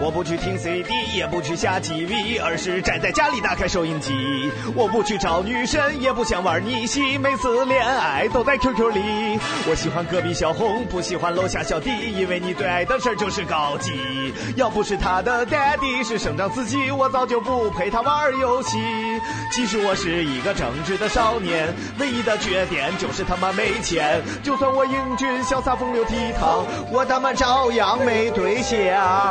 我不去听 CD，也不去下 TV，而是宅在家里打开收音机。我不去找女神，也不想玩逆袭，每次恋爱都在 QQ 里。我喜欢隔壁小红，不喜欢楼下小弟，因为你对爱的事儿就是高级。要不是他的 daddy 是省长司机，我早就不陪他玩游戏。其实我是一个正直的少年，唯一的缺点就是他妈没钱。就算我英俊潇洒、风流倜傥，我他妈照样没对象。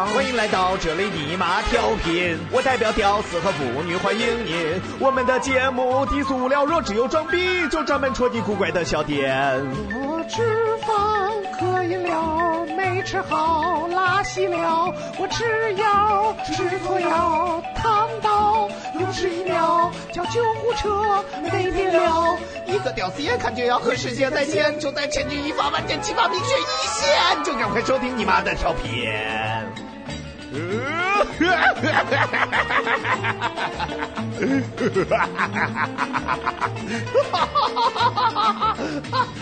欢迎来到这里，你妈调频，我代表屌丝和腐女欢迎您。我们的节目低俗无聊，若只有装逼，就专门戳你古怪的笑点。我吃饭可以了，没吃好拉稀了。我吃药吃错药，烫到有吃一秒，叫救护车没病了。一个屌丝眼看就要和世界再见，就在千钧一发、万箭齐发、明确一线，就赶快收听你妈的调皮。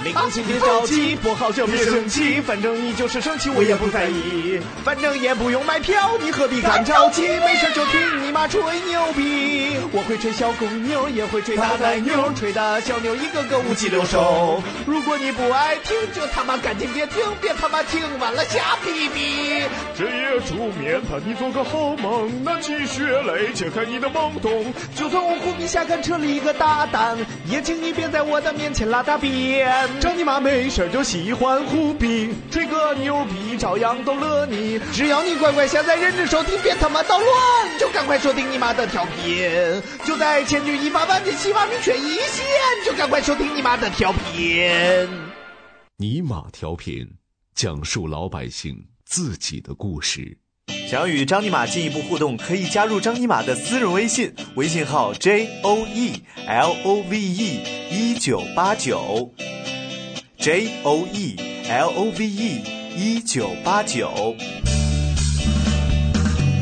没关系，别着急，不好就别生气，反正你就是生气，我也不在意，反正也不用买票，你何必赶着急？没事就听你妈吹牛逼，我会吹小公牛，也会吹大奶牛，吹的小牛一个个五脊六兽。如果你不爱听，听就他妈赶紧别听，别他妈听完了瞎逼逼。这夜助眠，盼你做个好梦，拿起血泪，解开你的懵懂。就算我虎皮下看吃了一个大蛋，也请你别在我的面前拉大便。张你妈没事儿就喜欢虎皮，吹个牛逼照样逗乐你。只要你乖乖下载、认真收听，别他妈捣乱，就赶快收听你妈的调频。就在千钧一发、万箭齐发、明确一线，就赶快收听你妈的调频。尼玛调频，讲述老百姓自己的故事。想要与张尼玛进一步互动，可以加入张尼玛的私人微信，微信号 j o e l o v e 一九八九，j o e l o v e 一九八九。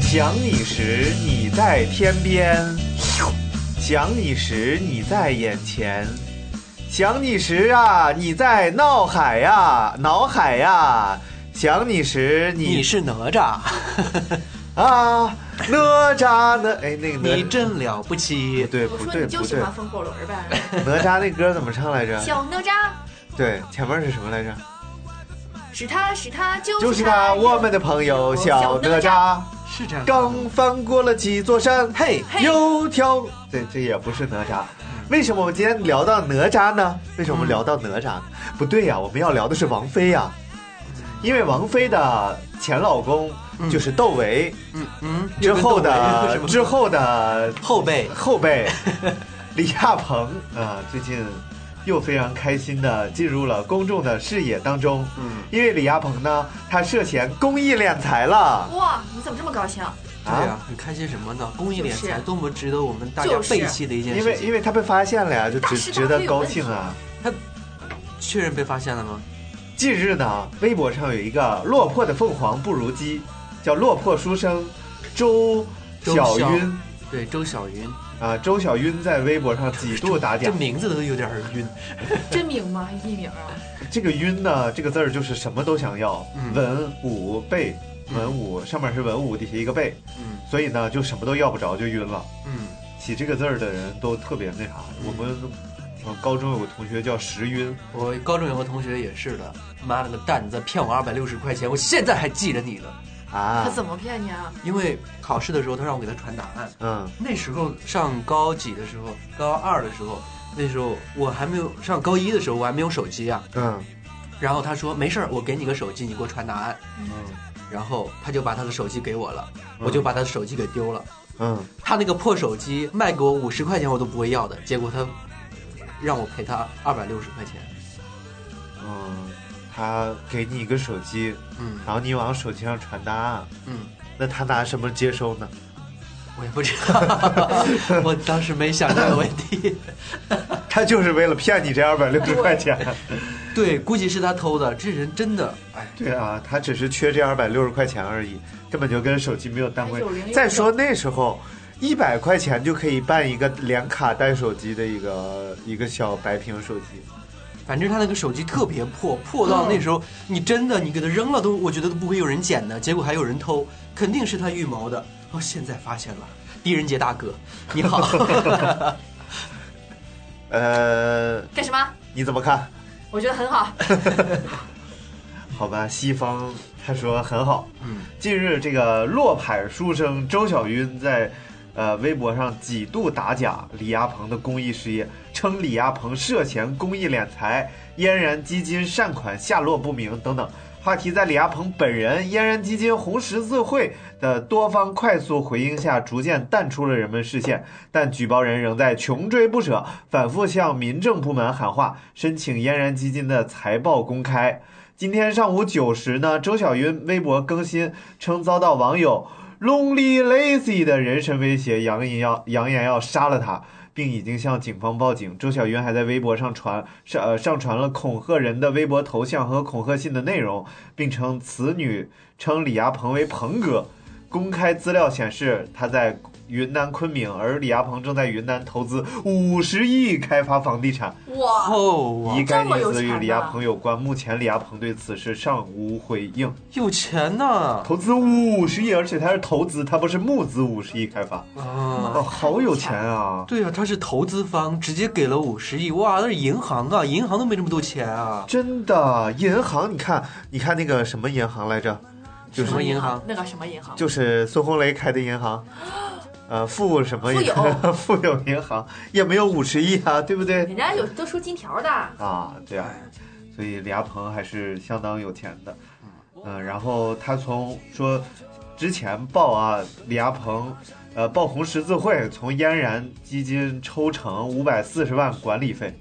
想你时你在天边，想你时你在眼前，想你时啊你在闹海呀、脑海呀、想你时你是哪吒，啊，哪吒哪哎那个哪你真了不起不。对我不说对你就不喜对，欢风火轮呗，哪吒那歌怎么唱来着？小哪吒，对，前面是什么来着？是他是他就就是他，他，我们的朋友小哪吒，是这样的。刚翻过了几座山，嘿，嗯嘿又跳。对，这也不是哪吒。为什么我们今天聊到哪吒呢？为什么我们聊到哪吒呢？不对呀、我们要聊的是王菲呀、因为王菲的前老公就是窦唯，嗯嗯，之后日的本动漫之后的后背后 辈李亚鹏啊、最近又非常开心的进入了公众的视野当中。嗯，因为李亚鹏呢，他涉嫌公益敛财了啊哇，你怎么这么高兴？啊对啊呀、你开心什么呢？公益敛就是财多么值得我们大家就是背弃的一件因事为情。因为他被发现了呀，就大值是大值得非有高问兴啊。确认被发现了吗？近日呢，微博上有一个落魄的凤凰不如鸡，叫落魄书生周周小小晕对，周小云，啊，周小晕在微博上几度打假这，名字都有点儿晕。真名吗？还是艺名啊？这个晕呢，这个字儿就是什么都想要，嗯文武背，嗯文武上面是文武，底下一个背，嗯所以呢就什么都要不着就晕了。嗯，起这个字儿的人都特别那啥，我们我高中有个同学叫石晕，我高中有个同学也是的，妈了个蛋，你在骗我二百六十块钱，我现在还记着你呢。他啊，怎么骗你啊？因为考试的时候，他让我给他传答案。嗯那时候上高几的时候，高二的时候，那时候我还没有上高一的时候，我还没有手机啊。嗯然后他说没事儿，我给你个手机，你给我传答案。嗯然后他就把他的手机给我了，我就把他的手机给丢了。嗯，他那个破手机卖给我五十块钱，我都不会要的。结果他让我赔他二百六十块钱。嗯，他给你一个手机，嗯然后你往手机上传答案，嗯，那他拿什么接收呢？我也不知 道，我当时没想这个问题。他就是为了骗你这二百六十块钱。对，估计是他偷的。这人真的，哎，对啊，他只是缺这二百六十块钱而已，根本就跟手机没有单还位有零。用再的说那时候，一百块钱就可以办一个连卡带手机的一个一个小白屏手机，反正他那个手机特别破，破到那时候你真的你给他扔了都，我觉得都不会有人捡的，结果还有人偷，肯定是他预谋的。哦，现在发现了，狄仁杰大哥，你好，呃，干什么？你怎么看？我觉得很好。好吧，西方他说很好。嗯，近日，这个落牌书生周小云在呃微博上几度打假李亚鹏的公益事业，称李亚鹏涉嫌公益敛财、嫣然基金善款下落不明等等。话题在李亚鹏本人、嫣然基金红十字会的多方快速回应下，逐渐淡出了人们视线。但举报人仍在穷追不舍，反复向民政部门喊话，申请嫣然基金的财报公开。今天上午九时呢，周小云微博更新称遭到网友 “lonely lazy” 的人身威胁，扬言要扬言要杀了他，并已经向警方报警。周小云还在微博上传上呃上传了恐吓人的微博头像和恐吓信的内容，并称此女称李亚鹏为鹏哥。公开资料显示，他在云南昆明，而李亚鹏正在云南投资五十亿开发房地产。哇，哦，一该女子与李亚鹏有关，目前李亚鹏对此事尚无回应。有钱呐，投资五十亿，而且他是投资，他不是募资五十亿开发。啊。哦，好有钱啊！对呀、他是投资方，直接给了五十亿，哇，那是银行啊，银行都没这么多钱啊。真的，银行，你看，你看那个什么银行来着？就是什么银行？那个什么银行？就是孙红雷开的银行，呃，富什么银富行？ 富有银行也没有五十亿啊，对不对？人家有都收金条的，啊，这样，所以李亚鹏还是相当有钱的。嗯、然后他从说之前报啊，李亚鹏呃报红十字会从嫣然基金抽成五百四十万管理费，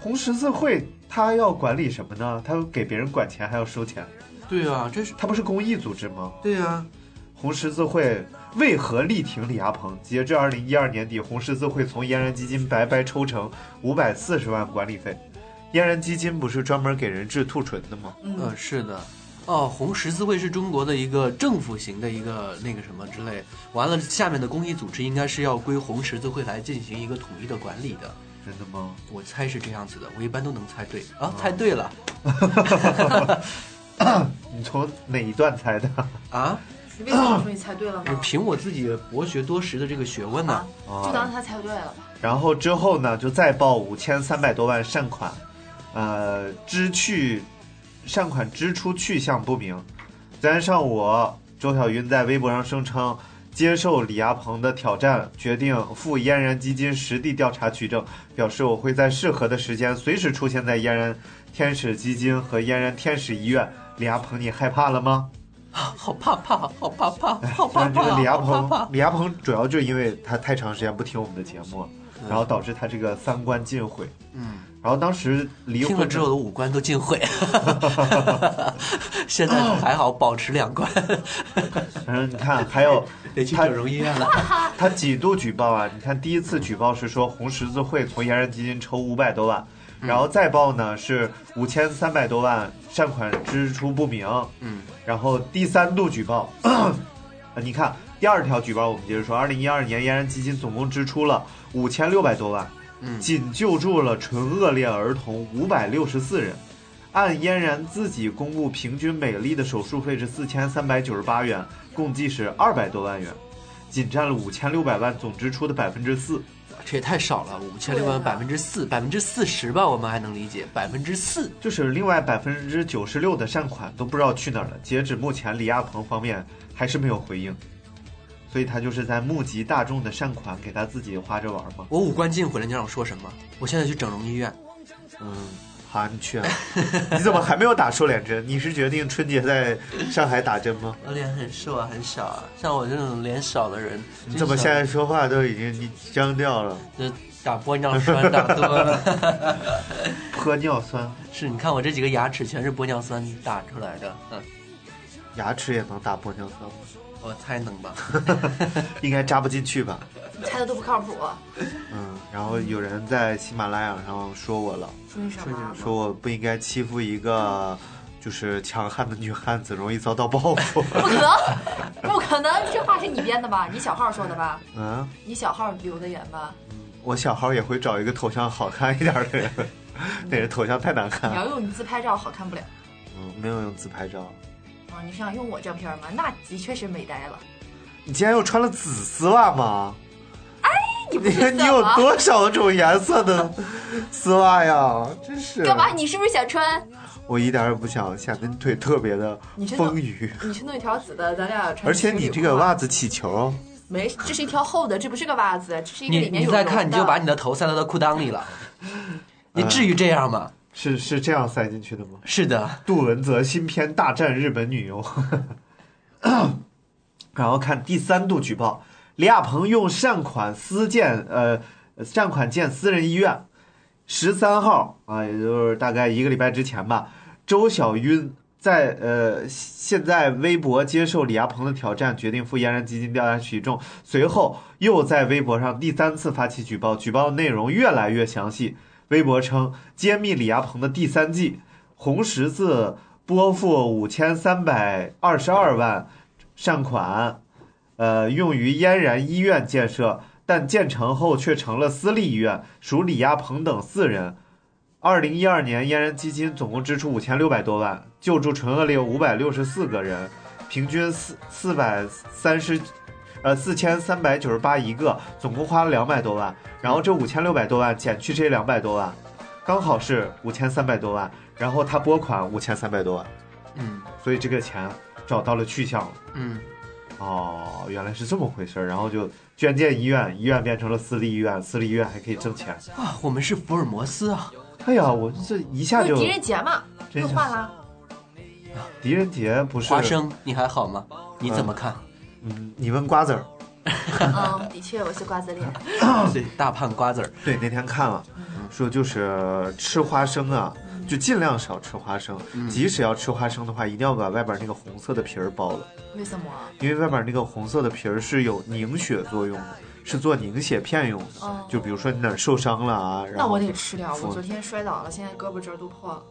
红十字会他要管理什么呢？他给别人管钱还要收钱，对啊，这是他不是公益组织吗？对啊，红十字会为何力挺李亚鹏？截至二零一二年底，红十字会从嫣然基金白白抽成五百四十万管理费。嫣然基金不是专门给人治兔唇的吗？嗯、是的。哦，红十字会是中国的一个政府型的一个那个什么之类，完了下面的公益组织应该是要归红十字会来进行一个统一的管理的，真的吗？我猜是这样子的，我一般都能猜对啊，猜对了你从哪一段猜的？ 啊，你为什么说你猜对了我吗？凭我自己博学多识的这个学问呢、啊，就当他猜对了吧。然后之后呢，就再报五千三百多万善款，呃，支去善款支出去向不明。昨天上午，周小云在微博上声称接受李亚鹏的挑战，决定赴嫣然基金实地调查取证，表示我会在适合的时间随时出现在嫣然天使基金和嫣然天使医院。李亚鹏，你害怕了吗？好怕怕，好怕怕，好那怕这个怕，李亚好怕怕鹏，李亚鹏主要就是因为他太长时间不听我们的节目，然后导致他这个三观尽毁。嗯，然后当时离听了婚之后的五官都尽毁，现在还好保持两观，反正你看还有得去他整容医院了。他几度举报啊？你看第一次举报是说红十字会从嫣然基金抽五百多万，然嗯后再报呢是五千三百多万善款支出不明，嗯，然后第三度举报， 呃你看第二条举报我们接着说，二零一二年嫣然基金总共支出了五千六百多万，嗯仅救助了纯恶劣儿童五百六十四人。按嫣然自己公布，平均每例的手术费是四千三百九十八元，共计是二百多万元，仅占了五千六百万总支出的百分之四。这也太少了，五千六万百分之四，百分之四十吧，我们还能理解，百分之四就是另外百分之九十六的善款都不知道去哪儿了。截止目前，李亚鹏方面还是没有回应，所以他就是在募集大众的善款，给他自己花着玩嘛。我五官尽毁了，你让我说什么？我现在去整容医院，嗯，好，你去啊？ 你怎么还没有打瘦脸针？你是决定春节在上海打针吗？我脸很瘦啊，很小啊，像我这种脸小的人，你怎么现在说话都已经你僵掉了？就打玻尿酸打多了？ 玻尿酸，是，你看我这几个牙齿全是玻尿酸打出来的，嗯，牙齿也能打玻尿酸吗？我猜能吧？应该扎不进去吧？你猜的都不靠谱，嗯，然后有人在喜马拉雅上说我了，说你什么？说我不应该欺负一个就是强悍的女汉子，容易遭到报复。不可能，不可能，这话是你编的吧？你小号说的吧？嗯，你小号留的言吧？我小号也会找一个头像好看一点的人。那人头像太难看你了，要用你自拍照好看不了嗯，没有用自拍照。啊！你是想用我照片吗？那的确是美呆了。你竟然又穿了紫丝袜吗？你不你是怎你有么多少种颜色的丝袜呀？真是干嘛？你是不是想穿？我一点儿也不想，显得你腿特别的你真的丰腴，你去弄一条紫的，咱俩穿。而且你这个袜子起球，没，这是一条厚的，这不是个袜子，这是一个你里面你有再绒看，你的就把你的头塞到他裤裆 里了，你至于这样吗？是是这样塞进去的吗？是的，杜文泽新片大战日本女优。 然后看第三度举报，李亚鹏用善款私建呃善款建私人医院。十三号啊，也就是大概一个礼拜之前吧，周小晕在呃现在微博接受李亚鹏的挑战，决定赴嫣然基金调查取证。随后又在微博上第三次发起举报，举报内容越来越详细。微博称揭秘李亚鹏的第三季，红十字拨付五千三百二十二万善款，呃，用于嫣然医院建设，但建成后却成了私立医院，属李亚鹏等四人。二零一二年，嫣然基金总共支出五千六百多万，救助纯恶劣五百六十四个人，平均四四百三十，呃四千三百九十八一个，总共花了两百多万。然后这五千六百多万减去这两百多万，刚好是五千三百多万。然后他拨款五千三百多万，嗯所以这个钱找到了去向了。嗯，哦，原来是这么回事儿，然后就捐建医院，医院变成了私立医院，私立医院还可以挣钱。哇，我们是福尔摩斯啊！哎呀，我这一下就就狄仁杰嘛，真又想换啦。狄仁杰不是华，生，你还好吗？你怎么看？嗯，你问瓜子儿，嗯，的确，我是瓜子脸。嗯对，大胖瓜子儿，对，那天看了，嗯说就是吃花生啊，就尽量少吃花生，嗯即使要吃花生的话，一定要把外边那个红色的皮儿剥了，为什么？因为外边那个红色的皮儿是有凝血作用的，是做凝血片用的。哦就比如说你哪儿受伤了啊，然那后我得吃点儿。服我昨天摔倒了，现在胳膊折儿都破了。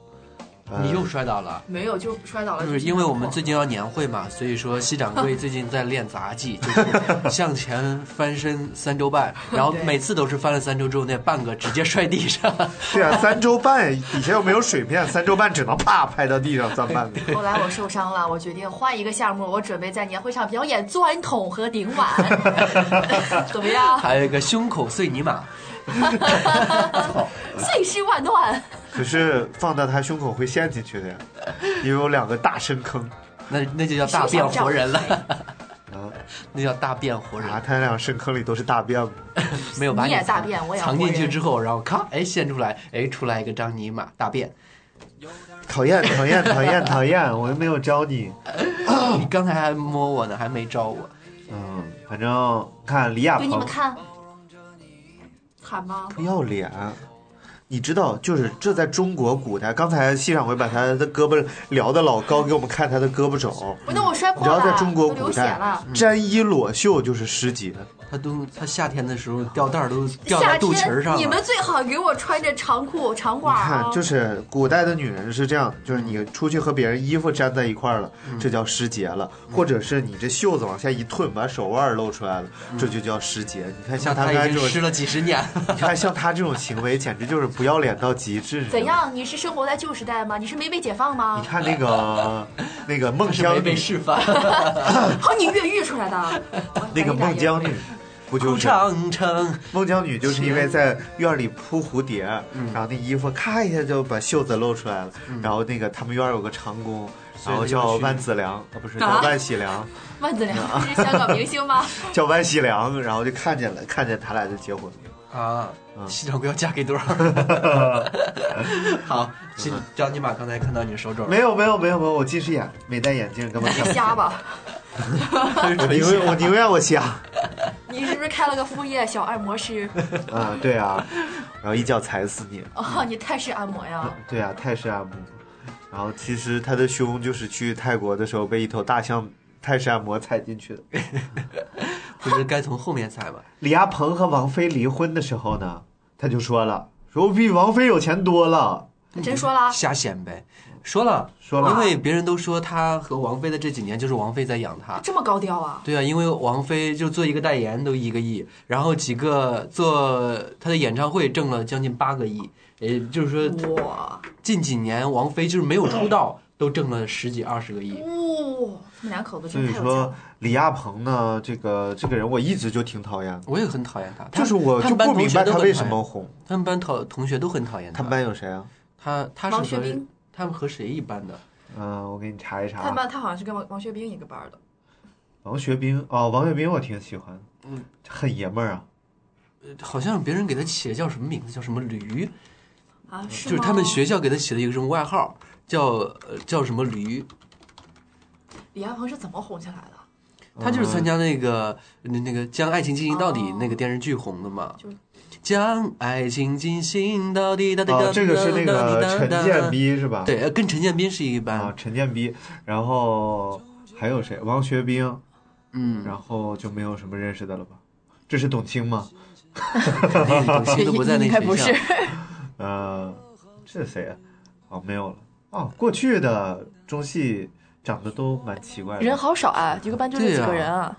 呃你又摔倒了。没有，就摔倒了。就是因为我们最近要年会 嘛，所以说西掌柜最近在练杂技，就是向前翻身三周 半，然后每次都是翻了三周之后那半个直接摔地上。 对啊，三周半底下又没有水面，三周半只能啪拍到地上算半 米。后来我受伤了，我决定换一个项目，我准备在年会上表演钻桶和顶 碗，怎么样？还有一个胸口碎泥马，碎尸万段，可是放到他胸口会陷进去的呀，因为有两个大深坑那那就叫大变活人 了，啊 那叫大变活人。啊，他那两个深坑里都是大便嘛。没有把你也藏大便我也藏活进去人之后，然后咔，哎，现出来，哎，出来一个张尼玛大便。 讨厌，讨厌，讨厌，讨厌！我又没有招你。你刚才还摸我呢，还没招我。嗯，反正看李亚给你们鹏看，喊吗？不要脸。你知道，就是这在中国古代，刚才西掌柜把他的胳膊撩得老高，给我们看他的胳膊肘。不，那我摔你破知道，了，在中国都古流血代了。，沾衣裸袖就是失节。他都他夏天的时候吊带儿都掉夏在肚脐儿天上你们了。最好给我穿着长裤 长褂你儿看啊，！就是古代的女人是这样，就是你出去和别人衣服粘在一块儿了，这叫失节了；或者是你这袖子往下一褪，把手腕儿露出来了，这就叫失节。你看像像他他刚才已这经种，湿了几十年了。你看像他这种行为，简直就是不要脸到极致。你知道吗怎？样？你是生活在旧时代吗？你是没被解放你吗？看那个那个孟是没姜被女，释放。 和你越狱 出来的，那个孟姜女。不 就哭是这样长城，孟姜女就是嗯因为在院里扑蝴蝶，然后那衣服咔一下就把袖子露出来了，然后那个他们院儿有个长工，所以然后就要叫去万梓良，啊不是叫啊万喜良，万梓良啊不是香港明 星吗？叫万喜良，然后就看见了，看见他俩就结婚了。啊嗯，西掌柜要嫁给多少？ 好，西张尼玛刚才看到你手 肘了，没有没有没有没有，我近视眼，没戴眼镜，根本看不见。你瞎吧？他是我纯宁 愿我瞎。宁愿我瞎。你是不是开了个副业小按 摩师？啊，对啊，然后一脚踩死你。哦，你泰式按摩呀？对啊，泰式按摩。然后其实他的胸就是去泰国的时候被一头大象泰式按摩踩进去的。不是该从后面踩吗？李亚鹏和王菲离婚的时候呢，他就说了，说我比王菲有钱多了。嗯真说了，瞎显摆，说了说了因为别人都说他和王菲的这几年就是王菲在养他。这么高调啊？对啊，因为王菲就做一个代言都一个亿，然后几个做她的演唱会挣了将近八个亿，也就是说哇近几年王菲就是没有出道都挣了十几二十个亿。哇，他们两口子所真以太有钱说了。李亚鹏呢，这个这个人我一直就挺讨厌的，我也很讨厌她，就是我他就们班不同明学白都他很为讨什厌么红。他们班讨同学都很讨厌他她。们班有谁啊？他他王是学和兵，他们和谁一班的？嗯，我给你查一查他啊。班他好像是跟王王学兵一个班的，王学兵哦，王学兵我挺喜欢，嗯，很爷们儿啊。好像别人给他起的叫什么名字？叫什么驴？啊，是就是他们吗学校给他起了一个什么外号，叫呃叫什么驴？李亚鹏是怎么红起来的？嗯他就是参加那个那那个《将爱情进行到底哦》那个电视剧红的嘛就是。将爱情进行到底，哒哒哦哒，这个是那个哒哒哒陈哒建，斌是吧？对，呃跟陈建斌是一啊班，。陈建斌，然后还有谁？王学兵，嗯，然后就没有什么认识的了吧？这是董卿吗？肯定董卿都不在那 应个该学校。不是，呃，这是谁啊？哦，没有了。哦，过去的中戏长得都蛮奇怪的。人好少啊，一个班就这几个人啊，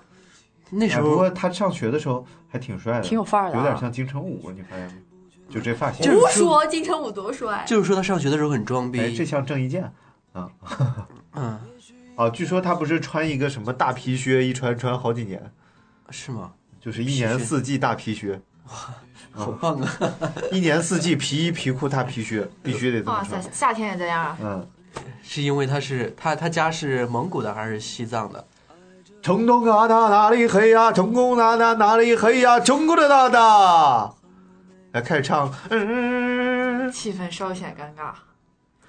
那时哎不候过他上学的时候还挺帅的，挺有范儿的、有啊。点像金城武，你发现没？就这发型就，是胡说说，金城武多帅，就是说他上学的时候很装哎，这逼，像郑伊健。 嗯，啊，据说他不是穿一个什么大皮靴，一穿穿好几年，是吗？就是一年四季大皮靴，好棒啊！ 一年四季皮衣、皮裤、大皮靴，必须得这么哇塞，穿。夏天也这样啊？嗯，是因为他是他他家是蒙古的还是西藏的？成功啊，那哪里黑呀、成功啊，那哪里黑呀、成功的那那，来开始唱，嗯，气氛稍显尴尬，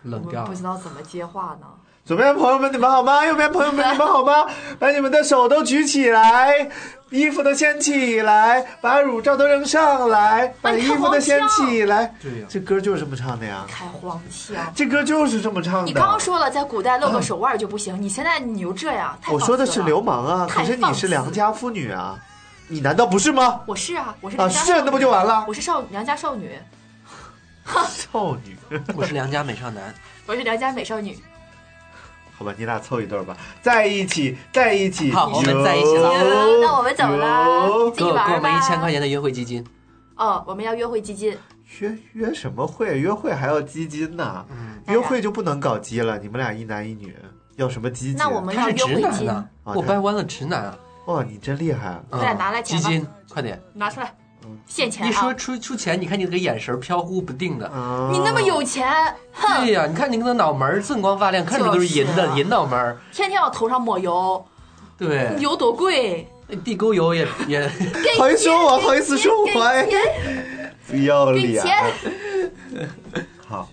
我冷们调不。知道怎么接话呢。左边朋友们你们好吗？右边朋友们你们好吗？把你们的手都举起来，衣服都掀起来，把乳罩都扔上来，把哎衣你看服都掀黄起来。对呀这歌就是这么唱的呀。开黄腔，这歌就是这么唱的。啊你刚刚说了，在古代露个手腕就不行，你现在你又这样，太我说的放肆是了流。氓啊，太可是你放是肆良家妇女啊，你难道不是吗？我是啊，我是啊，良家是少啊女那不就完了？我是少良家少女，少女，我是良家美少男，我是良家美少女。好吧，你俩凑一对儿吧，在一起，在一起。好我们哟在一起了哟那我们走啦哟 自给己我玩吧给我们一千块钱的约会基金。哦，我们要约会基金，约约什么会？约会还要基金呢？约会就不能搞基了？你们俩一男一女，要什么基金？那我们他要是约直会男金，啊，哦我掰弯了直男啊。哇，你真厉害！嗯对拿来钱基吧金，快点！拿出来，现钱一说啊！出出钱，你看你那个眼神飘忽不定的。啊，你那么有钱，哼，对呀，你看你那个脑门儿锃光发亮，看着都是银就是的，啊银脑门 儿。天天往头上抹油，对，油多贵？那地沟油也也 好意思说我，好意思说我，哎给不要给脸钱。好，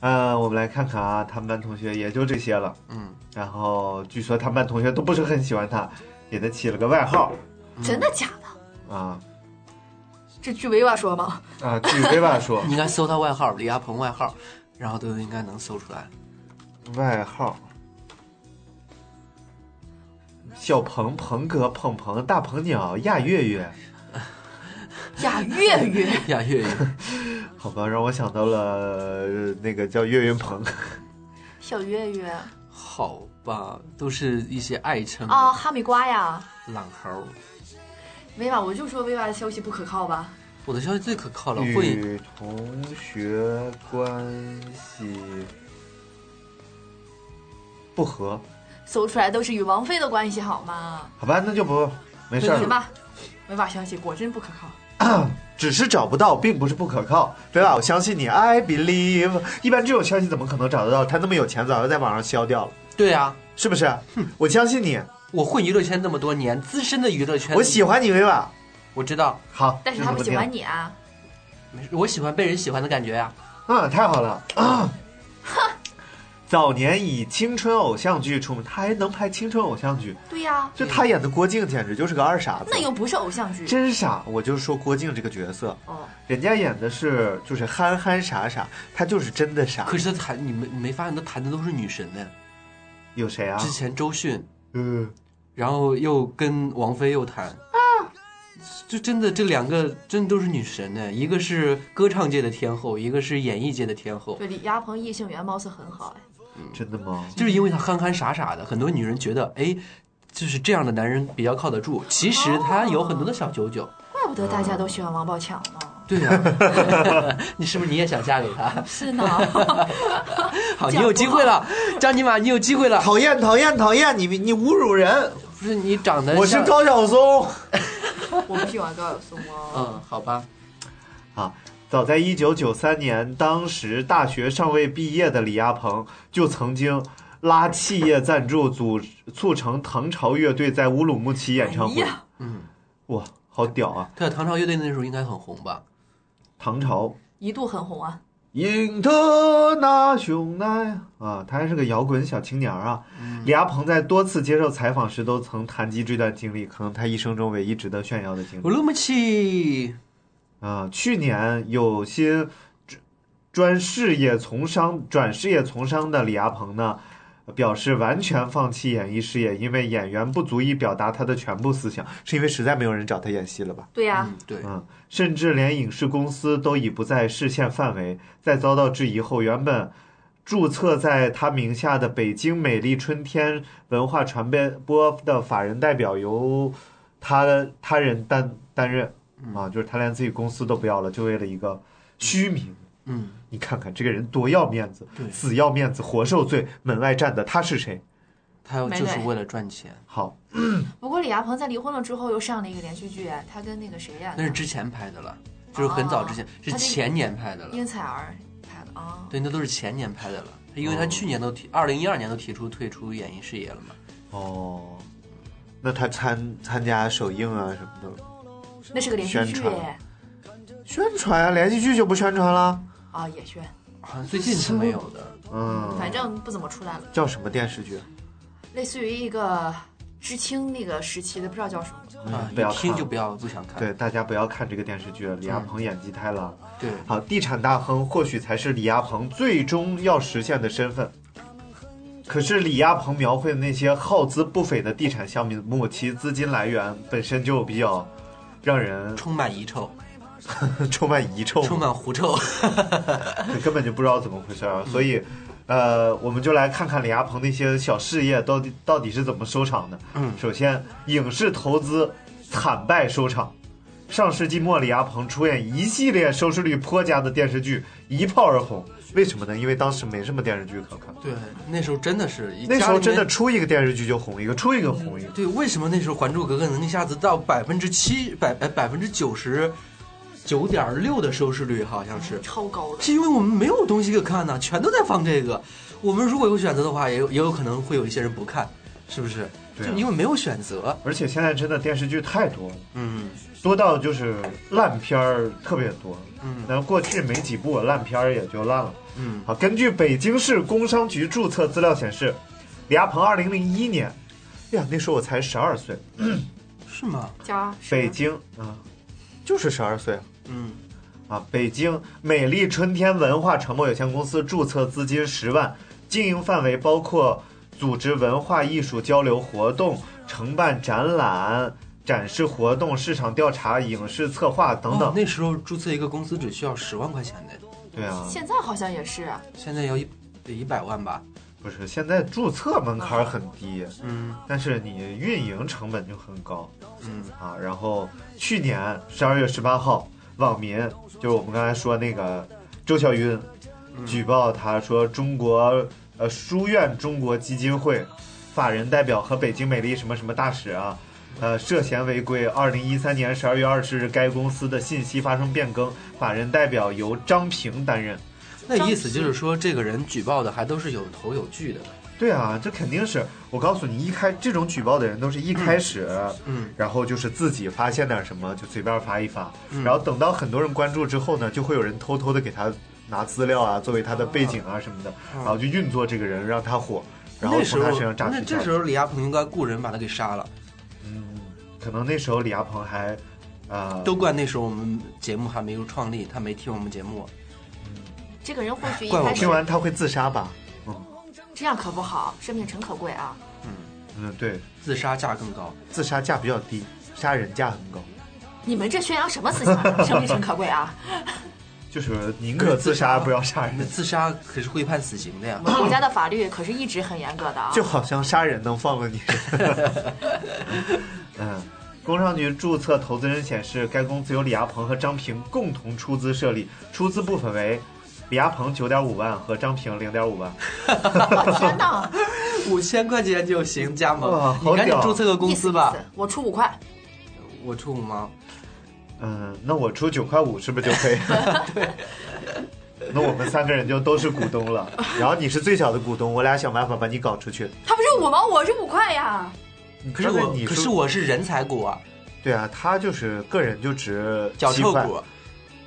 呃，我们来看看啊，他们班同学也就这些了。嗯，然后据说他们班同学都不是很喜欢他，给他起了个外号真的假的？啊这据维瓦说吗？啊，据威爸说你应该搜他外号，李亚鹏外号，然后都应该能搜出来。 外号。小鹏、鹏哥、鹏鹏、大鹏鸟、亚月月，呀，月月，呀，月月，好吧，让我想到了呃那个叫岳云鹏， 小月月好吧，都是一些爱称啊，哈密瓜呀，懒猴儿。维瓦，我就说维瓦的消息不可靠吧？我的消息最可靠了，会与同学关系不和，搜出来都是与王菲的关系好吗？好吧，那就不没事儿行了，吧，维瓦消息果真不可靠。只是找不到，并不是不可靠。对吧？我相信你，I believe。一般这种消息怎么可能找得到？他那么有钱，早就在网上消掉了，对啊，是不是？我相信你，我混娱乐圈那么多年，资深的娱乐圈，我喜欢你，薇娃。我知道，好，但是这他不怎喜么欢定你啊，没事我喜欢被人喜欢的感觉呀、啊，太好了。啊早年以青春偶像剧出名，他还能拍青春偶像剧，对呀、就他演的郭靖简直就是个二傻子那，又不是偶像剧真傻。我就说郭靖这个角色，哦。人家演的是就是憨憨傻傻，他就是真的傻可。是他谈你们你没发现他谈的都是女神呢？有谁啊？之前周迅，嗯，然后又跟王菲又谈，就真的这两个真的都是女神呢，一个是歌唱界的天后，一个是演艺界的天后，对，李亚鹏异性缘貌似很好哎，真的吗？就是因为他憨憨傻傻的，很多女人觉得哎，就是这样的男人比较靠得住，其实他有很多的小九九。怪不得大家都喜欢王宝强呢。对呀、 你是不是你也想嫁给 他？是呢，好，你有机会了，张尼玛，你有机会了。讨厌讨厌讨厌，你你侮辱人！不是你长得我是像高晓松，我不喜欢高晓松哦。嗯，好吧，啊，早在一九九三年，当时大学尚未毕业的李亚鹏就曾经拉企业赞助组促成唐朝乐队在乌鲁木齐演唱哎会。呀，哇，好屌啊！对，唐朝乐队那时候应该很红吧？唐朝一度很红啊， International Night 啊，他还是个摇滚小青年儿啊。李亚鹏在多次接受采访时都曾谈及这段经历，可能他一生中唯一值得炫耀的经历乌。鲁木齐，啊，去年有心专专事业从商、转事业从商的李亚鹏呢，表示完全放弃演艺事业，因为演员不足以表达他的全部思想，是因为实在没有人找他演戏了吧？对呀、嗯，对，嗯，甚至连影视公司都已不在视线范围。在遭到质疑后，原本注册在他名下的北京美丽春天文化传播的法人代表由他他人担担任嗯啊，就是他连自己公司都不要了，就为了一个虚名。嗯，你看看这个人多要面子对，死要面子活受罪，门外站的他是谁？他就是为了赚钱，好，不过李亚鹏在离婚了之后又上了一个连续剧，他跟那个谁演那的是？之前拍的了，就是很早之前哦，是他这前年拍的了。应采儿拍的啊。对，那都是前年拍的了，因为他去年都提，二零一二年都提出退出演艺事业了嘛。哦，那他参参加首映啊什么的了那是个连续宣剧传哎宣传啊，连续剧就不宣传了。啊，也宣，好像最近是没有的，嗯，反正不怎么出来了，叫什么电视剧？啊类似于一个知青那个时期的，不知道叫什么。啊，嗯不要一看听就不要不想看。对，大家不要看这个电视剧了，李亚鹏演技太烂了。对，好，地产大亨或许才是李亚鹏最终要实现的身份。可是李亚鹏描绘的那些耗资不菲的地产项目，其资金来源本身就比较让人充满遗臭，充满 遗臭，充满狐臭。根本就不知道怎么回事儿。啊所以，呃，我们就来看看李亚鹏那些小事业到底到底是怎么收场的。嗯首先，影视投资惨败收场。上世纪末，李亚鹏出演一系列收视率颇佳的电视剧，一炮而红。为什么呢？因为当时没什么电视剧可看，对，那时候真的是，那时候真家的里面。出一个电视剧就红一个，出一个红一个。对，为什么那时候《还珠格格》能一下子到百分之七百呃百分之九十九点六的收视率？好像嗯是，超高的。是因为我们没有东西可看呢、全都在放这个。我们如果有选择的话，也有也有可能会有一些人不看，是不是？对啊就因为没有选择。而且现在真的电视剧太多了，嗯，多到就是烂片儿特别多。嗯然后过去没几部烂片儿也就烂了。嗯，好，根据北京市工商局注册资料显示，李亚鹏二零零一年，哎呀，那时候我才十二岁，是吗？加北京啊，就是十二岁嗯，啊，北京美丽春天文化传播有限公司注册资金十万，经营范围包括组织文化艺术交流活动、承办展览、展示活动、市场调查、影视策划等哦等。那时候注册一个公司只需要十万块钱的，对啊，现在好像也是啊现在要一得一百万吧？不是现在注册门槛儿很低，嗯但是你运营成本就很高。嗯，啊，然后去年十二月十八号，网民就是我们刚才说那个周小云，举报他说中国呃书院中国基金会法人代表和北京美丽什么什么大使啊，呃涉嫌违规。二零一三年十二月二十日，该公司的信息发生变更，法人代表由张平担任。那意思就是说，这个人举报的还都是有头有据的。对啊，这肯定是我告诉你，一开这种举报的人都是一开始，嗯，然后就是自己发现点什么就随便发一发，嗯然后等到很多人关注之后呢，就会有人偷偷的给他拿资料啊，作为他的背景啊什么的，然后就运作这个人让他火，然后嗯那时从候他身上榨那取价这值。时候李亚鹏应该雇人把他给杀了。嗯，可能那时候李亚鹏还，呃，都怪那时候我们节目还没有创立，他没听我们节目。这个人，或许一怪我开听始完他会自杀吧？这样可不好，生命诚可贵啊。嗯，对，自杀价更高，自杀价比较低，杀人价很高。你们这宣扬什么思想？生命诚可贵啊！就是宁可自杀不要杀你们人，自杀可是会判死刑的呀我。们国家的法律可是一直很严格的啊。 就好像杀人能放 了你。嗯，工商局注册投资人显示，该公司由李亚鹏和张平共同出资设立，出资部分为李亚鹏九点五万和张平零点五万。我天啊哪！ 五千块钱就行，加哇盟，好你赶紧屌注册个公司吧意思。意思我出五块，我出五毛，嗯，那我出九块五是不是 就可以？对。那我们三个人就都是股东了，然后你是最小的股东，我俩想办法把你搞出去。他不是五毛，我是五块呀。嗯可是刚才我你可说是我是人才股啊，对啊，他就是个人就值脚七臭块，股。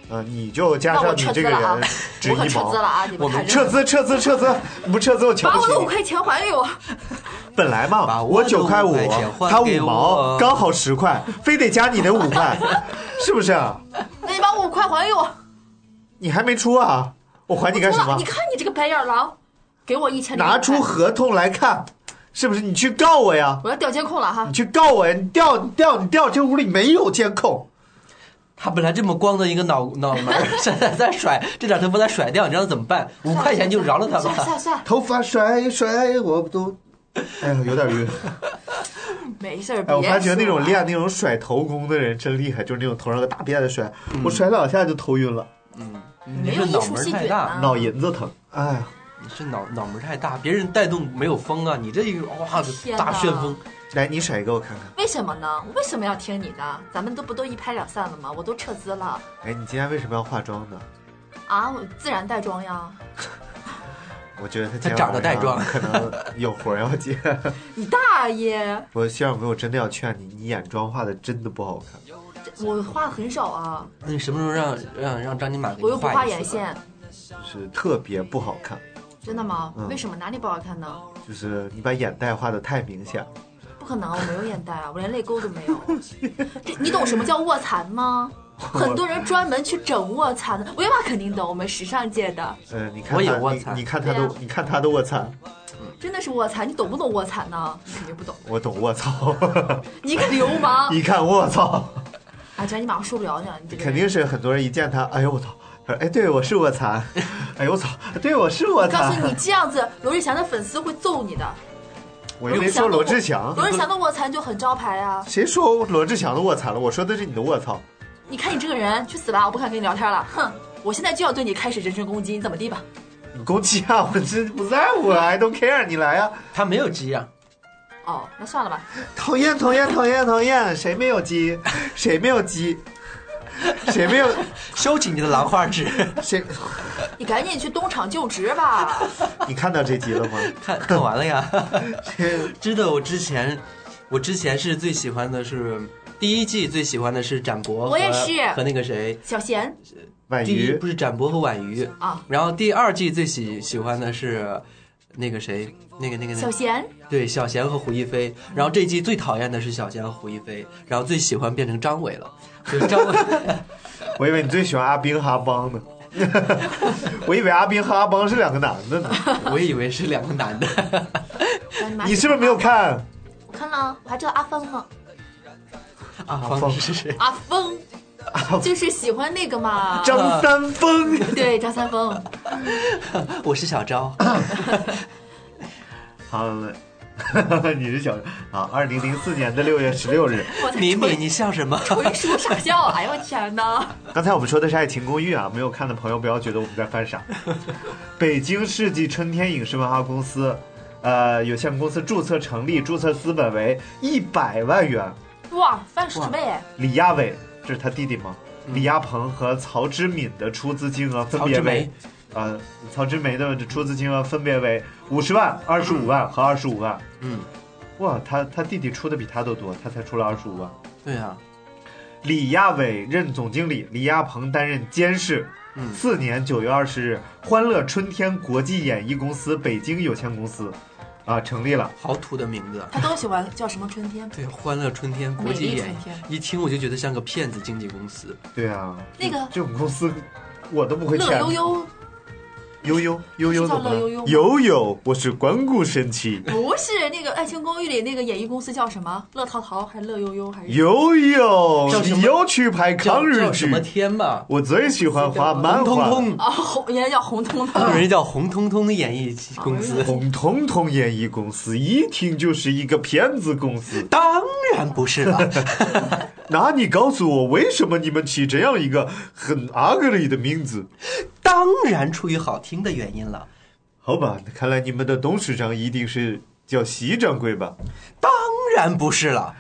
呃，你就加那我上你撤这资个了啊人值我可一撤毛资了，啊！你们看撤着，资撤资撤资，不撤资我瞧把不我起的五你。块钱还给我。本来把嘛，我的九块五五块钱，还他五给毛，我刚好十块，非得加你的五块， 是不是啊？那你把我五块还给我。你还没出啊？我还你干什哇，么你？看你这个白眼狼，给我一千零五拿块。出合同来看，是不是？你去告我呀！我要调监控了哈你！去告我呀！你调你调你调，这屋里没有监控。他本来这么光的一个脑脑门儿， 现在在甩，这点头发再甩掉，你让他怎么办？五块钱就饶了他算了吧。算了算了，头发甩一甩，我都，哎呦，有点晕。没事儿。哎，我别发觉那说啊种了练那种甩头功的人真厉害，就是那种头上有个大辫子甩，嗯我甩两下就头晕了，你没这有艺脑术门儿细太菌大，啊！脑银子疼。嗯哎呀，你这脑脑门儿太大，别人带动没有风啊，你这一个哇天哪大旋风，来你甩一个我看看。为什么呢？我为什么要听你的？咱们都不都一拍两散了吗？我都撤资了哎，你今天为什么要化妆呢？啊！我自然带妆呀。我觉得他今天他长得带妆晚上可能有活儿要接。你大爷！我希望朋友真的要劝你，你眼妆画的真的不好看。这我画很少啊，那你什么时候让让让张金满给我你又不画画一眼次吧？线，是特别不好看，真的吗？嗯为什么？哪里不好看呢？就是你把眼袋画的太明显了。不可 能，我没有眼袋啊，我连泪沟都没有。这你懂什么叫卧蚕 吗？很多人专门去整卧蚕的，维玛肯定懂，我们时尚界的嗯，你看我也他，卧你蚕你看他对的啊，你看他的卧蚕，真的是卧蚕，你懂不懂卧蚕呢？你肯定不懂，我懂卧槽，你个流氓！一看卧槽，啊，这你马上受不了你了，你这个肯人定是很多人一见他，哎呦我操，哎，对我是卧 蚕，哎呦我操，对我是卧告诉蚕，你，这样子罗志祥的粉丝会揍你啊的。我又没说罗志祥，罗志祥的卧蚕就很招牌啊！谁说罗志祥的卧蚕了？我说的是你的卧槽，你看你这个人，去死吧！我不敢跟你聊天了，哼！我现在就要对你开始人身攻击，你怎么地吧？你攻击啊，我真不在乎 啊，I don't care，你来啊，他没有鸡啊，哦，那算了吧。讨厌讨厌讨厌讨厌，谁没有鸡？谁没有鸡？谁没有收起你的兰花指， 谁？你赶紧去东厂就职吧。你看到这集了 吗？看看完了呀。 这真的，我之前我之前是最喜欢的是第一季，最喜欢的是展博和，我也是和那个谁，小贤婉第一瑜不是展博和婉瑜，啊，然后第二季最喜喜欢的是那个谁，那个那个那小个贤，对小贤和胡一菲，然后这季最讨厌的是小贤和胡一菲，然后最喜欢变成张伟了，就是张伟 我以为你最喜欢阿兵和阿邦呢，我以为阿兵和阿邦是两个男的呢。我以为是两个男的，赶紧买你是不是没有？看？我看了，我还知道阿峰呢。啊，啊方方是谁？阿峰，就是喜欢那个嘛。呃张三丰，对张三丰，我是小昭， 好嘞， 你是小啊？二零零四年的六月十六日，我在敏敏，纯你笑什么？纯属傻笑。哎呦我天哪！刚才我们说的是《爱情公寓》啊，没有看的朋友不要觉得我们在犯 傻。北京世纪春天影视文化公司，呃，有限公司注册成立，注册资本为一百万元。哇，翻十倍！李亚伟，这是他弟弟吗？李亚鹏和曹之敏的出资金额分曹别志为梅，呃，曹之梅的出资金额分别为五十万、二十五万和二十五万。嗯，哇，他他弟弟出的比他都多，他才出了二十五万。对啊，李亚伟任总经理，李亚鹏担任监事。嗯四年九月二十日，欢乐春天国际演艺公司北京有限公司，啊、成立了。好土的名字。啊他都喜欢叫什么春天？对，欢乐春天国际美丽演春天，一听我就觉得像个骗子经纪公司。对啊，那个这种公司我都不会乐欠。悠悠悠悠悠悠是叫怎么乐悠悠了吗？悠悠，我是关谷神奇。 不是那个《爱情公寓》里那个演艺公司叫什么？乐淘淘还是乐悠悠还是？悠悠叫，什么你又去拍叫抗日叫什剧么？天吧？我最喜欢画漫红彤画。彤，啊，红人家叫红 彤彤。人家叫红彤彤的演艺公司，红彤彤演艺公司一听就是一个骗子公 司。当然不是了。那你告诉我，为什么你们起这样一个很 ugly 的名字？当然出于好听的原因了，好吧，那看来你们的董事长一定是叫习掌柜吧？当然不是了，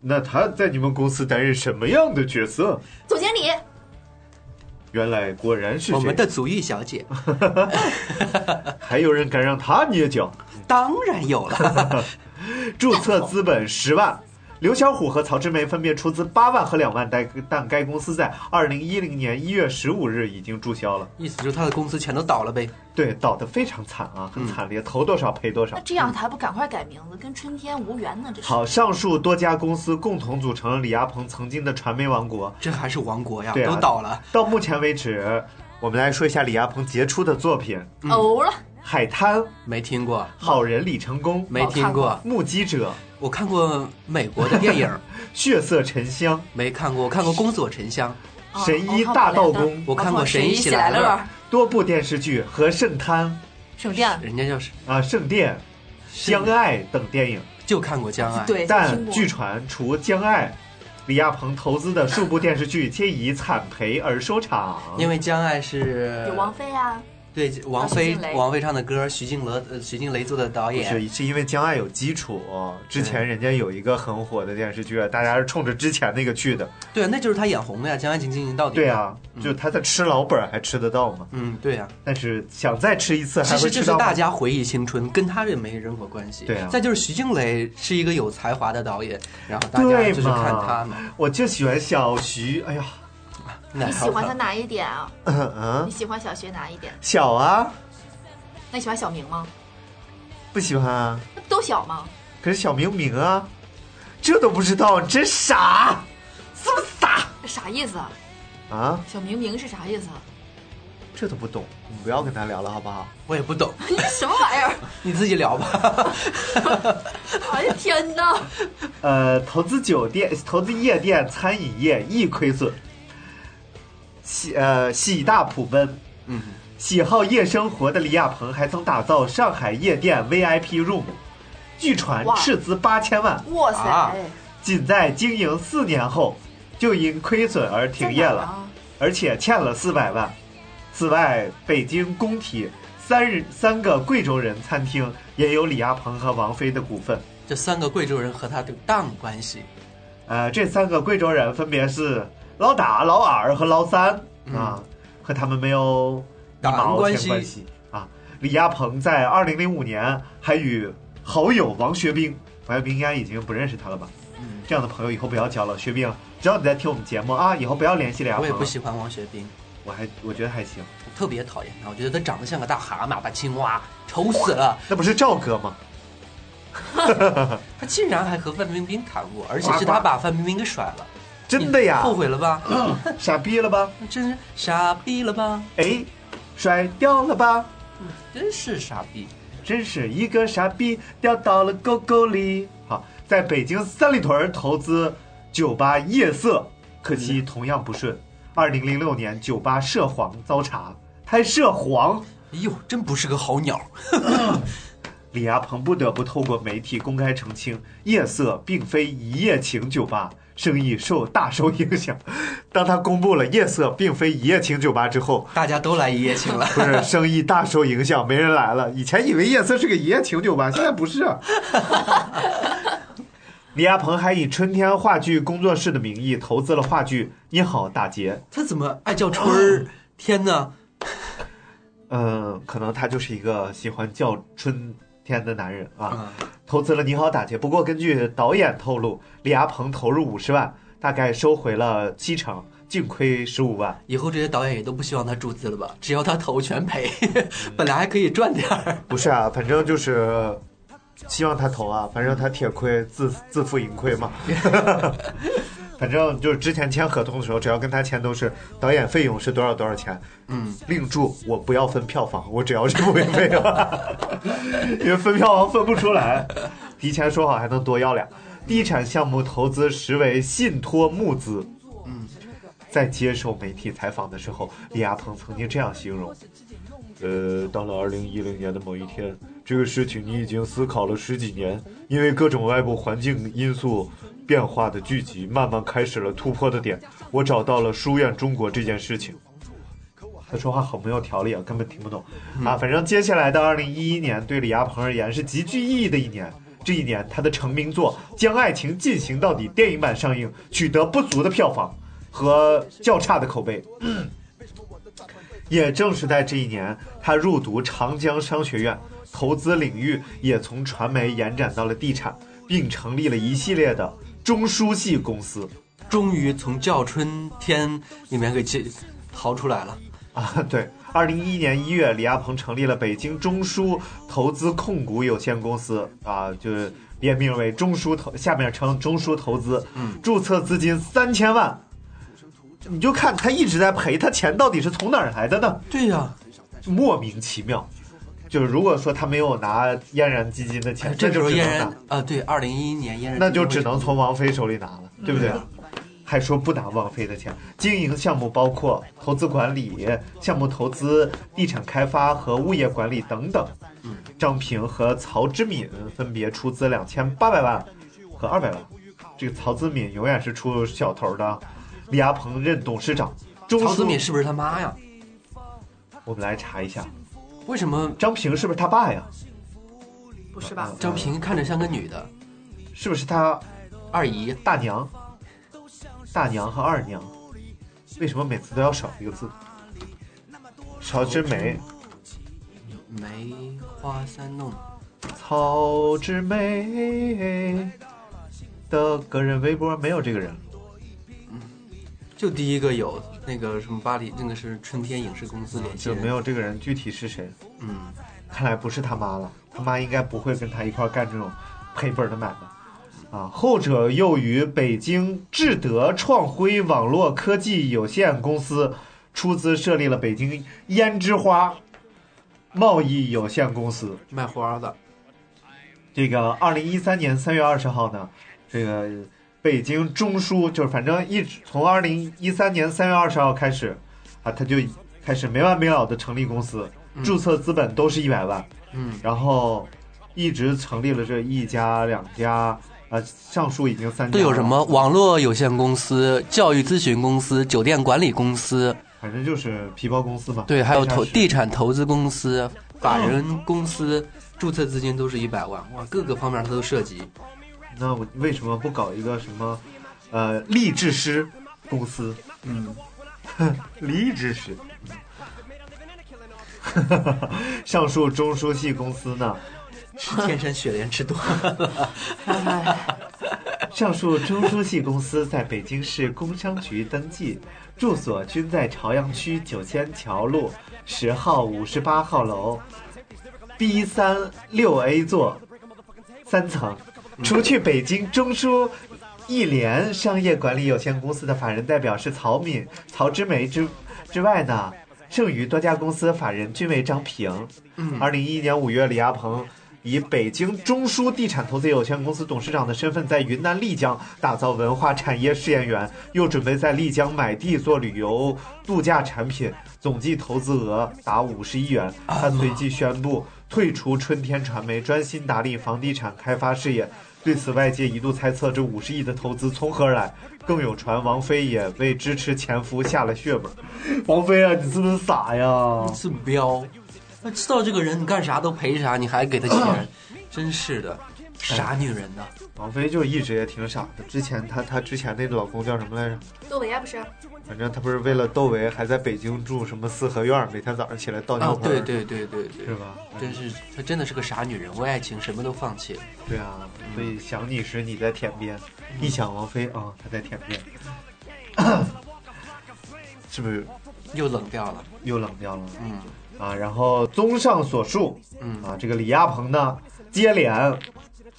那他在你们公司担任什么样的角色？总经理，原来果然是 我这样。们的足浴小姐还有人敢让他捏脚？当然有了。注册资本十万。刘小虎和曹志梅分别出资八万和两万，但但该公司在二零一零年一月十五日已经注销了。 意思就是他的公司全都倒了呗。对，倒得非常惨啊，很惨烈，投多少赔多少那。这样还不赶快改名字，跟春天无缘呢？这是。好，上述多家公司共同组成了李亚鹏曾经的传媒王国。这还是王国呀，对啊都倒了。到目前为止，我们来说一下李亚鹏杰出的作品：《哦了，嗯海滩》《没听过，好人李成功》《没听过。目击者我看过美国的电 影，》 《血色沉香没看过。我看过《公锁沉香》，啊神医大盗功》我看过《神神医喜喜来乐》，多部电视剧和《圣滩省电，人家叫是》啊，《圣殿》《相爱》等电影。就看过《江爱》。对，但听过据传，除《将爱》，李亚鹏投资的数部电视剧皆以惨赔而收场。因为《江爱》是有王 菲啊，对王菲徐静蕾王菲唱的歌，徐静蕾呃徐静蕾做的导不演，是，是因为《将爱》有基础、之前人家有一个很火的电视剧，大家是冲着之前那个去的。对，啊那就是她眼红的呀，《江爱情进行到底》。对，啊，就他在吃老本儿还吃得到吗？嗯，对呀。但是想再吃一次还其会实就吃是到吗大家回忆青春，跟他这没任何关系。对啊再就是徐静蕾是一个有才华的导演，然后大家对就是嘛看他嘛。我就喜欢小徐，哎呀，你你喜欢他哪一点啊？嗯嗯你，喜欢小学哪一点？小啊，那你喜欢小明吗？不喜欢啊。那不都小吗？可是小明明啊，这都不知道，你真傻，是不是傻这啥意思啊？啊？小明明是啥意思 啊？这都不懂，我们不要跟他聊了，好不好？我也不懂，你什么玩意儿？你自己聊吧。 哎呀天哪！呃，投资酒店、投资夜店、餐饮业易亏损，喜呃喜大普奔。嗯，喜好夜生活的李亚鹏还曾打造上海夜店 VIP room，据传哇斥资八千万，哇塞，啊仅在经营四年后就因亏损而停业了。啊而且欠了四百万。此外，北京工体三日三个贵州人餐厅也有李亚鹏和王菲的股份。这三个贵州人和他的档关系，呃，这三个贵州人分别是老打、老二和老三、啊，和他们没有一党毛嗯关钱系关系啊。李亚鹏在二零零五年还与好友王学兵，王学兵应该已经不认识他了吧？嗯这样的朋友以后不要交了。学兵，只要你在听我们节目啊，以后不要联系李亚我鹏也了。不喜欢王学兵，我还我觉得还行。我特别讨厌他，我觉得他长得像个大蛤蟆、大青蛙，丑死了。那不是赵哥吗？他竟然还和范冰冰谈过，而且是他把范冰冰给甩了。真的呀你，后悔了吧？傻逼了吧？真是傻逼了吧？哎，甩掉了吧？真是傻逼。真是一个傻逼掉到了沟沟里。好，在北京三里屯投资酒吧夜色，可惜同样不顺。二零零六年，酒吧涉黄遭查，还涉黄。哎呦，真不是个好鸟。李亚鹏不得不透过媒体公开澄清，夜色并非一夜情酒吧，生意受大受影响。当他公布了夜色并非一夜情酒吧之后，大家都来一夜情了。 不是生意大受影响，没人来了。以前以为夜色是个一夜情酒吧，现在不是。啊李亚鹏还以春天话剧工作室的名义投资了话剧《你好，大姐他怎么爱叫春儿？天哪！》。嗯，可能他就是一个喜欢叫春天的男人啊。啊，投资了《你好，大姐》，不过根据导演透露，李亚鹏投入五十万，大概收回了七成，净亏十五万。以后这些导演也都不希望他注资了吧？只要他投全赔，嗯 本来还可以赚点儿。不是啊，反正就是 希望他投啊，反正他铁亏自自负盈亏嘛。反正就是之前签合同的时候，只要跟他签都是导演费用是多少多少钱，嗯，另注我不要分票房，我只要这部片费用， 因为分票房分不出来，提前说好还能多要俩。地产项目投资实为信托募资。嗯，在接受媒体采访的时候，李亚鹏曾经这样形容：嗯呃，到了二零一零年的某一天，这个事情你已经思考了十几年，因为各种外部环境因素变化的聚集，慢慢开始了突破的点。我找到了书院中国这件事情。他说话好没有条理啊，根本听不懂、啊。反正接下来的二零一一年，对李亚鹏而言是极具意义的一年。这一年，他的成名作《将爱情进行到底》电影版上映，取得不俗的票房和较差的口碑。也正是在这一年，他入读长江商学院，投资领域也从传媒延展到了地产，并成立了一系列的中书系公司。终于从叫春天里面给解逃出来了。啊， 对，二零一一年一月，李亚鹏成立了北京中枢投资控股有限公司，啊，就是别名为中枢投，下面称中枢投资，嗯注册资金三千万。你就看他一直在赔，他钱到底是从哪儿来的呢？对呀、莫名其妙。就是如果说他没有拿嫣然基金的钱，哎这那时候哎就只嫣能拿然啊，对，二零一一年嫣然那就只能从王菲手里拿了，嗯对不对？还说不拿王菲的钱。经营项目包括投资管理、项目投资、地产开发和物业管理等等。嗯张平和曹之敏分别出资两千八百万和二百万。这个曹之敏永远是出小头的。李亚鹏任董事长，中曹子枢敏是不是他妈呀？我们来查一下，为什么张平是不是他爸呀？不是吧？张平看着像个女的？是不是他二姨，大娘、大娘和二娘，为什么每次都要少一个字？曹之梅，梅花三弄，曹之梅的个人微博没有这个人，就第一个有那个什么巴黎，那个是春天影视公司联嗯系就人，没有这个人，具体是谁？嗯，看来不是他妈了，他妈应该不会跟他一块儿干这种赔本的买卖啊。后者又与北京智德创辉网络科技有限公司出资设立了北京胭脂花贸易有限公司。卖花的，这个二零一三年三月二十号呢，这个北京中枢就是反正一直从二零一三年三月二十号开始，啊，他就开始没完没了的成立公司，注册资本都是一百万，嗯，然后一直成立了这一家两家，啊，上述已经三家都有什了？么网络有限公司、教育咨询公司、酒店管理公司，反正就是皮包公司嘛。对，还有地投产是地产投资公司、法人公司，嗯注册资金都是一百万，哇，各个方面它都涉及。那我为什么不哦搞一个什么，呃，励志师公司？嗯， 励志师。 上述中枢系公司呢？是天山雪莲之多， 哎，上述中枢系公司在北京市工商局登记，住所均在朝阳区九仙桥路十号五十八号楼 B 三六 A 座三层。除去北京中枢一联商业管理有限公司的法人代表是曹敏、曹之梅之之外呢，剩余多家公司法人均为张平。二零一一年五月，李亚鹏以北京中枢地产投资有限公司董事长的身份，在云南丽江打造文化产业试验园，又准备在丽江买地做旅游度假产品，总计投资额达五十亿元。他随即宣布退出春天传媒，专心打理房地产开发事业。对此，外界一度猜测这五十亿的投资从何而来，更有传王菲也为支持前夫下了血本。 王菲啊，你是不是傻呀？是彪。那知道这个人，你干啥都赔啥，你还给他钱，真是的，傻女人呐！王菲就一直也挺傻的。之前她她之前那老公叫什么来着？嗯窦唯啊，不是？反正她不是为了窦唯还在北京住什么四合院儿，每天早上起来倒尿啊，盆儿、对对对对对，是吧？真是嗯她真的是个傻女人，为爱情什么都放弃了。对啊，所以想你时你在天边，一想王菲啊，她在天边，是不是又冷掉了。又冷掉了？嗯啊，然后综上所述，嗯啊，这个李亚鹏呢接连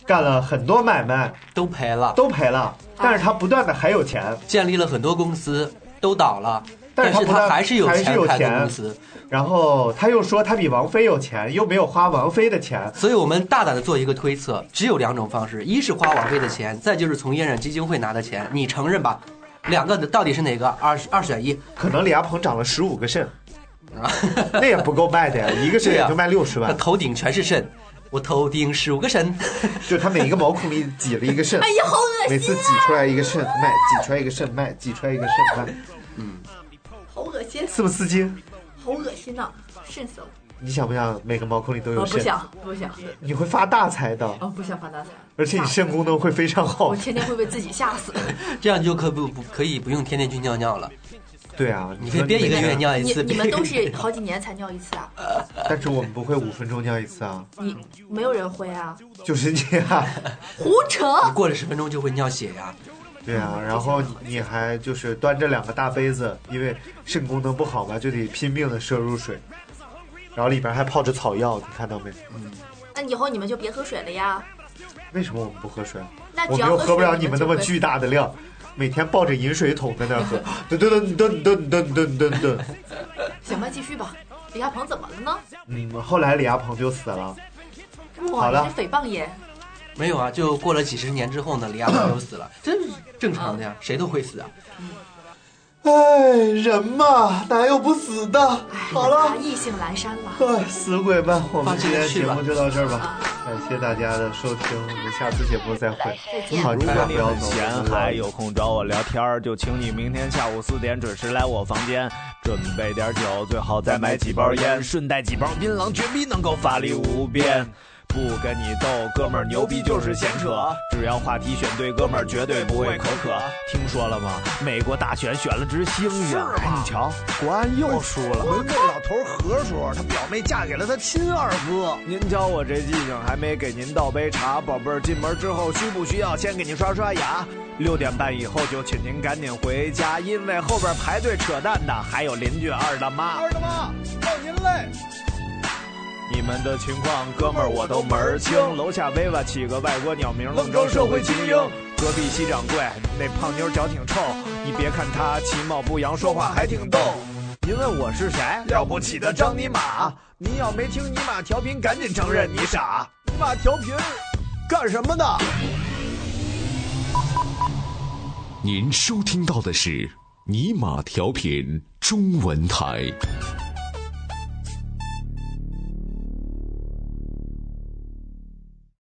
干了很多买卖，都赔了，都赔啊了，但是他不断的还有钱，建立了很多公司，都倒了，但但是他不但他还是有还是钱有开的钱公司。然后他又说他比王菲有钱，又没有花王菲的钱，所以我们大胆的做一个推测，只有两种方式：一是花王菲的钱，再就是从烟染基金会拿的钱。你承认吧？两个到底是哪个？二二选一。可能李亚鹏涨了十五 个肾，那也不够卖的呀，一个肾对也呀就卖六十 他万，头顶全是肾，我头顶十五个肾。 就他每一个毛孔里挤了一个肾，哎呀，好恶每心次啊！挤出来一个肾卖，挤出来一个肾卖，挤出来一个肾卖，好恶心，刺不刺激？好恶心呐、瘆死我！你想不想每个毛孔里都我有不肾？想，不想，你会发大财的，我不想发大财，而且你肾功能会非常好我。天天会被自己吓死。这样就可不不可以不用天天去尿尿了，对啊，你可以说憋一个每月天，尿一你次。你 们都是好几年才尿一次啊？但是我们不会五分钟尿一 次啊，你没有人会啊？就是你啊，胡扯！过了十分钟就会尿血呀、对啊，然后你你还就是端着两个大杯子，因为肾功能不好嘛，就得拼命的摄入水，然后里边还泡着草药，你看到没？那以后你们就别喝水了呀。为什么我们不喝水？那我只们要又水喝不了你们们那么就会巨大的量，每天抱着饮水桶在那儿喝， 噔噔噔噔噔噔噔噔噔。行吧，继续吧。李亚鹏怎么了呢？嗯，后来李亚鹏就死了，哇，好了你是诽谤耶！没有啊，就过了几十年之后呢，李亚鹏就死了，这是正常的呀，谁都会死啊。哎，人嘛，哪有不死的？好了他。意兴阑珊了。哎，死鬼吧！我们放弃今天去节吧目就到这儿吧，感谢大家的收听，我们下次节目再会。好，如千果万哎你不要很走，闲，还有空找我聊天儿，就请你明天下午四点准时来我房间，准备点酒，最好再买几包烟，顺带几包槟榔，绝逼能够法力无边。不跟你斗，哥们儿牛逼就是闲扯，只要话题选对，哥们儿绝对不会口渴。听说了吗？美国大选选了只猩猩，哎你瞧，国安又输了。回顾老头何叔，他表妹嫁给了他亲二哥。您瞧我这记性，还没给您倒杯茶，宝贝儿，进门之后需不需要先给您刷刷牙？六点半以后就请您赶紧回家，因为后边排队扯淡的还有邻居二大妈。二大妈，叫您嘞。你们的情况，哥们儿我都门儿清。楼下威娃起个外国鸟名，愣装社会精英。隔壁西掌柜那胖妞脚挺臭，你别看她其貌不扬，说话还挺逗。您问我是谁？了不起的张尼玛！您要没听尼玛调频，赶紧承认你傻。尼玛调频干什么的？您收听到的是尼玛调频中文台。